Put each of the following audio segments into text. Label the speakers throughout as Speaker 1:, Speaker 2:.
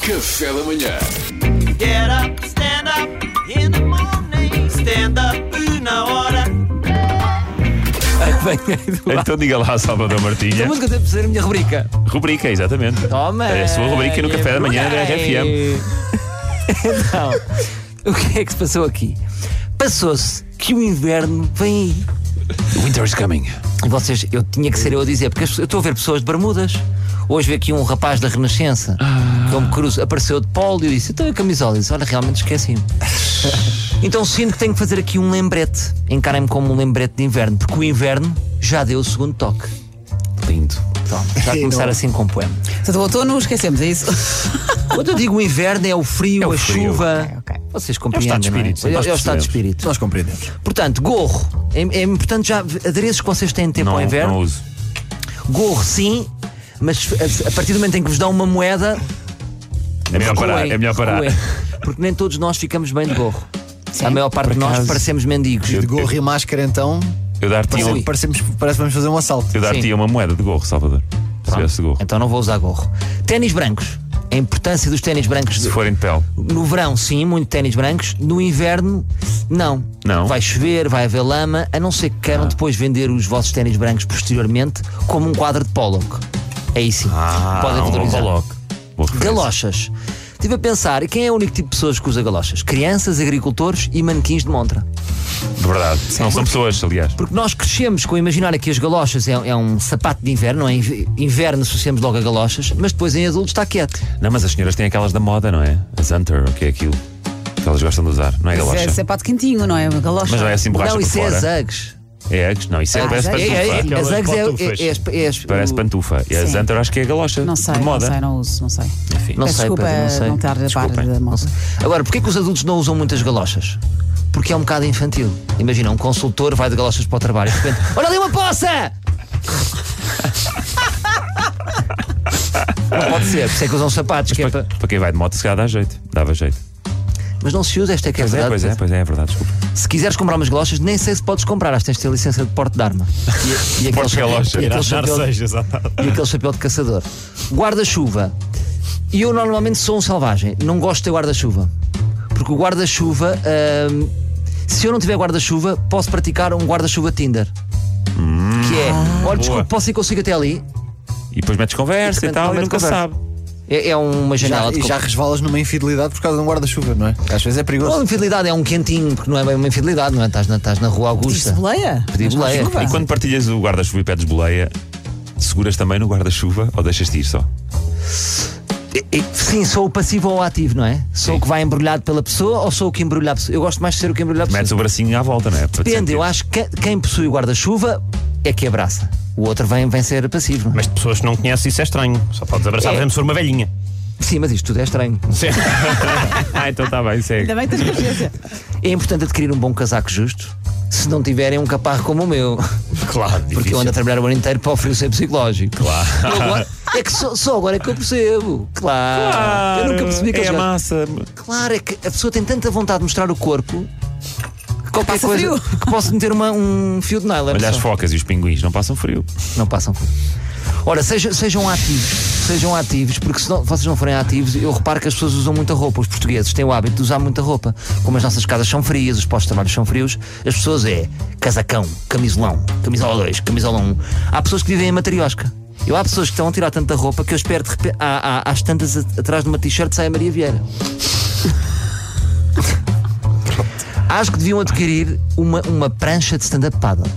Speaker 1: Café da manhã.
Speaker 2: Get up, stand up in the morning. Stand up na hora.
Speaker 3: Então diga lá, Salvador Martinha.
Speaker 4: A música deve ser a minha rubrica.
Speaker 3: Rubrica, exatamente.
Speaker 4: Toma!
Speaker 3: É a sua rubrica no café da manhã da RFM.
Speaker 4: Então, o que é que se passou aqui? Passou-se que o inverno vem aí.
Speaker 3: Winter's coming.
Speaker 4: E vocês, eu tinha que ser eu a dizer, porque as- eu estou a ver pessoas de bermudas. Hoje vi aqui um rapaz da Renascença,
Speaker 3: Ah.
Speaker 4: como Cruz, apareceu de polo e eu disse: Então a camisola? Eu disse: Olha, realmente esqueci-me. então sinto que tenho que fazer aqui um lembrete. Encarem-me como um lembrete de inverno, porque o inverno já deu o segundo toque. Lindo. Então, já
Speaker 5: Sim,
Speaker 4: começar
Speaker 5: não é?
Speaker 4: assim com um poema.
Speaker 5: Portanto, o outono esquecemos, é isso?
Speaker 4: Quando eu digo inverno, é o frio,
Speaker 3: É o
Speaker 4: a
Speaker 3: frio. É
Speaker 4: chuva.
Speaker 5: Ok, ok.
Speaker 4: Vocês compreendem.
Speaker 3: de
Speaker 4: não
Speaker 3: espírito, sim,
Speaker 4: É,
Speaker 3: nós
Speaker 4: é o estado de
Speaker 3: percebemos.
Speaker 4: espírito.
Speaker 6: Nós compreendemos.
Speaker 4: Portanto, gorro. É, é importante já adereços que vocês têm de ter para
Speaker 3: Não,
Speaker 4: o inverno.
Speaker 3: não uso. É
Speaker 4: Gorro, sim, mas a, a partir do momento em que vos dão uma moeda.
Speaker 3: É melhor parar,
Speaker 4: recuem,
Speaker 3: é melhor parar.
Speaker 4: recuem. Porque nem todos nós ficamos bem de gorro. A maior parte
Speaker 6: Por
Speaker 4: de nós
Speaker 6: acaso.
Speaker 4: parecemos mendigos.
Speaker 6: De gorro e máscara, então,
Speaker 3: Eu dar-te
Speaker 6: parece,
Speaker 3: um-
Speaker 6: parecemos, parece que vamos fazer um assalto.
Speaker 3: eu dar-te
Speaker 4: Sim.
Speaker 3: uma moeda de gorro, Salvador. Se tivesse gorro.
Speaker 4: Então não vou usar gorro. Ténis brancos. A importância dos ténis brancos.
Speaker 3: Se forem de pele.
Speaker 4: No verão, sim, muito ténis brancos. No inverno, não.
Speaker 3: Não. Ah.
Speaker 4: Vai chover, vai haver lama, a não ser que queiram depois vender os vossos ténis brancos posteriormente como um quadro de Pollock. Aí sim. Podem
Speaker 3: um
Speaker 4: valorizar.
Speaker 3: Pollock. Boa referência.
Speaker 4: Galochas. Estive a pensar, e quem é o único tipo de pessoas que usa galochas? Crianças, agricultores e manequins de montra.
Speaker 3: De verdade. Não são pessoas, aliás.
Speaker 4: Porque nós crescemos com o imaginário que as galochas é, é um sapato de inverno, não é? Inve- Inverno associamos logo a galochas, mas depois em adulto está quieto.
Speaker 3: Não, mas as senhoras têm aquelas da moda, não é? As Hunter, o que é aquilo? Que elas gostam de usar. Não é
Speaker 5: Isso é
Speaker 3: galocha.
Speaker 5: sapato quentinho, não é? Uma galocha.
Speaker 3: Mas não é assim borracha
Speaker 4: não,
Speaker 3: por
Speaker 4: isso é
Speaker 3: fora.
Speaker 4: zags.
Speaker 3: É Uggs? Não, isso é
Speaker 5: Ah,
Speaker 3: parece
Speaker 5: Uggs. É, é,
Speaker 3: pantufa.
Speaker 4: As zags é,
Speaker 7: pantufas.
Speaker 4: é, é, é, é
Speaker 3: Parece
Speaker 4: o-
Speaker 3: pantufa. E as
Speaker 5: Sim.
Speaker 3: Hunter acho que é galocha.
Speaker 5: Não sei,
Speaker 3: De
Speaker 5: não
Speaker 3: moda.
Speaker 5: sei, não uso, não sei.
Speaker 3: Enfim.
Speaker 4: Não
Speaker 5: Peço
Speaker 4: sei,
Speaker 5: desculpa
Speaker 4: Pedro, não sei.
Speaker 5: não estar a par
Speaker 3: Desculpem.
Speaker 5: da moda.
Speaker 4: Agora, porquê que os adultos não usam muitas galochas? Porque é um bocado infantil. Imagina, um consultor vai de galochas para o trabalho e de repente, olha ali uma poça! não pode ser, por isso é que usam sapatos. Que é
Speaker 3: Para,
Speaker 4: para...
Speaker 3: para quem vai de moto, se calhar dá jeito. Dava jeito.
Speaker 4: Mas não se usa, esta é que é a
Speaker 3: Pois é,
Speaker 4: verdade.
Speaker 3: pois é, pois é, é verdade, desculpa.
Speaker 4: Se quiseres comprar umas galochas, nem sei se podes comprar, acho que tens de ter licença de porte de arma. E, e aquele
Speaker 3: Porte de
Speaker 4: chapéu-
Speaker 3: galocha.
Speaker 4: e aquele chapéu- e aquele chapéu de caçador. Guarda-chuva. E eu normalmente sou um selvagem, não gosto de ter guarda-chuva. Porque o guarda-chuva, hum, se eu não tiver guarda-chuva, posso praticar um guarda-chuva Tinder.
Speaker 6: Hum,
Speaker 4: que é, olha, desculpe, posso ir consigo até ali?
Speaker 3: E depois metes conversa
Speaker 4: E
Speaker 3: e,
Speaker 4: de repente
Speaker 3: tal, e
Speaker 4: metes
Speaker 3: nunca se
Speaker 4: conversa.
Speaker 3: sabe.
Speaker 4: É, é uma janela
Speaker 6: Já,
Speaker 4: de
Speaker 6: e já
Speaker 4: compra.
Speaker 6: resvalas numa infidelidade por causa de um guarda-chuva, não é? Às vezes é
Speaker 4: Ou
Speaker 6: perigoso.
Speaker 4: infidelidade é um quentinho, porque não é bem uma infidelidade, não é? Estás na, estás na
Speaker 5: Isso
Speaker 4: rua Augusta.
Speaker 5: boleia?
Speaker 4: Pedi
Speaker 5: Mas com
Speaker 4: boleia.
Speaker 5: chuva?
Speaker 3: E quando partilhas o guarda-chuva e pedes boleia, seguras também no guarda-chuva ou deixas-te ir só?
Speaker 4: E- e- Sim, sou o passivo ou o ativo, não é? Sou o que vai embrulhado pela pessoa ou sou o que embrulha a pessoa? Eu gosto mais de ser o que embrulha a pessoa.
Speaker 3: Metes o bracinho à volta, não é? Para te
Speaker 4: Depende, eu
Speaker 3: sentir.
Speaker 4: acho que quem possui o guarda-chuva é que abraça. O outro vem, vem ser passivo. não é?
Speaker 7: Mas de pessoas que não conhecem isso é estranho. Só podes abraçar,
Speaker 4: É.
Speaker 7: por exemplo, se for uma velhinha.
Speaker 4: Sim, mas isto tudo é estranho.
Speaker 3: ah, então está bem, segue.
Speaker 5: Ainda bem que tens consciência.
Speaker 4: É importante adquirir um bom casaco justo se não tiverem um caparro como o meu.
Speaker 7: Claro,
Speaker 4: Porque eu ando a trabalhar o ano inteiro para oferecer psicológico. Claro. Agora, é que só, só agora é que eu percebo. Claro. eu nunca percebi que
Speaker 3: é
Speaker 4: eles
Speaker 3: a
Speaker 4: gostam.
Speaker 3: massa.
Speaker 4: Claro, é que a pessoa tem tanta vontade de mostrar o corpo que qualquer
Speaker 5: Passa
Speaker 4: coisa
Speaker 5: frio.
Speaker 4: que posso meter uma- um fio de nylon.
Speaker 3: Olha as
Speaker 4: só.
Speaker 3: focas e os pinguins, não passam frio.
Speaker 4: Não passam fome. Ora, seja- sejam ativos, sejam ativos, porque se não- vocês não forem ativos, eu reparo que as pessoas usam muita roupa. Os portugueses têm o hábito de usar muita roupa. Como as nossas casas são frias, os postos de trabalho são frios, as pessoas é casacão, camisolão, camisola 2, camisola 1. Há pessoas que vivem em matriosca. Eu há pessoas que estão a tirar tanta roupa que eu espero de repente, há- há- às tantas a- atrás de uma t-shirt sai a Maria Vieira. Acho que deviam adquirir uma, uma prancha de stand-up paddle.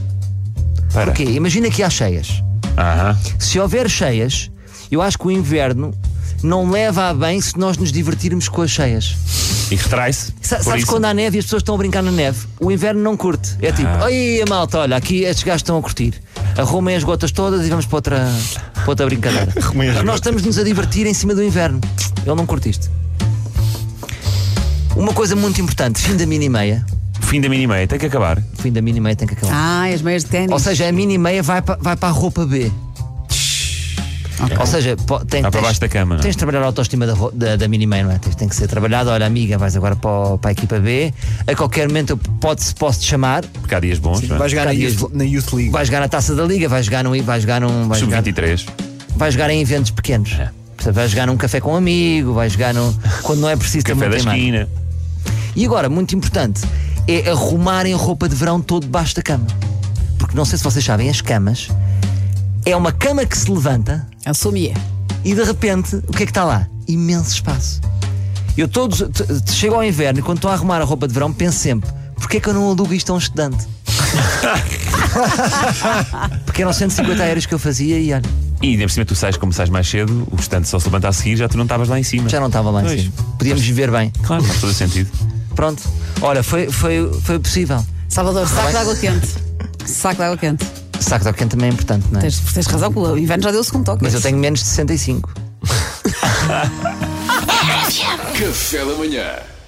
Speaker 3: Para.
Speaker 4: Porquê? Imagina que há cheias.
Speaker 3: Aham.
Speaker 4: Se houver cheias, eu acho que o inverno não leva a bem se nós nos divertirmos com as cheias.
Speaker 3: E retrai-se.
Speaker 4: Sa-
Speaker 3: por
Speaker 4: sabes
Speaker 3: isso.
Speaker 4: quando há neve e as pessoas estão a brincar na neve? O inverno não curte.
Speaker 7: Ah.
Speaker 4: É tipo, ai a malta, olha, aqui estes gajos estão a curtir. Arrumem as gotas todas e vamos para outra, para outra brincadeira.
Speaker 7: Arrumem as
Speaker 4: nós
Speaker 7: gotas.
Speaker 4: estamos-nos a divertir em cima do inverno. Ele não curte isto. Uma coisa muito importante, fim da mini meia.
Speaker 3: Fim da mini-meia, tem que acabar.
Speaker 4: O fim da mini meia tem que acabar.
Speaker 5: Ah, as meias de ténis.
Speaker 4: Ou seja, a mini meia vai para, vai para a roupa B. Ou seja, po- tem,
Speaker 3: Está É. para
Speaker 4: tens-
Speaker 3: baixo da cama, não é?
Speaker 4: Tens de trabalhar a autoestima da, ro- da, da mini-man, não é? Tens- Tem que ser trabalhado. Olha, amiga, vais agora para, o- para a equipa B. A qualquer momento eu pode, posso te chamar.
Speaker 3: Porque há dias bons, não é?
Speaker 6: Vai jogar na
Speaker 4: Cada
Speaker 6: Youth, na Youth League.
Speaker 4: Vais jogar na taça da liga, vais jogar num. Vais jogar num vais jogar,
Speaker 3: Sub-23. É.
Speaker 4: vais jogar em eventos pequenos. Portanto, vai jogar num café com um amigo, vai jogar num. quando não é preciso ter
Speaker 7: Café da
Speaker 4: muita imagem.
Speaker 7: esquina.
Speaker 4: E agora, muito importante, é arrumarem a roupa de verão todo debaixo da cama. Porque não sei se vocês sabem, as camas é uma cama que se levanta
Speaker 5: Assumia.
Speaker 4: e de repente, o que é que está lá? Imenso espaço. Eu todos t- t- chego ao inverno e quando estou a arrumar a roupa de verão penso sempre, porquê é que eu não alugo isto a um estudante? Porque eram 150 euros que eu fazia e olha,
Speaker 3: E ainda por cima tu sais, como sais mais cedo, o restante só se levanta a seguir, já tu não estavas lá em cima.
Speaker 4: já não estava lá em
Speaker 3: Pois.
Speaker 4: cima. Podíamos viver bem.
Speaker 3: Claro, faz todo o sentido.
Speaker 4: Pronto. Olha, foi, foi, foi possível.
Speaker 5: Salvador,
Speaker 4: Tá
Speaker 5: saco de água quente. Saco de água quente.
Speaker 4: Saco de alquim também é importante, não é?
Speaker 5: Tens, tens razão, o inverno já deu o segundo toque.
Speaker 4: Mas eu tenho menos de 65.
Speaker 1: Café da manhã.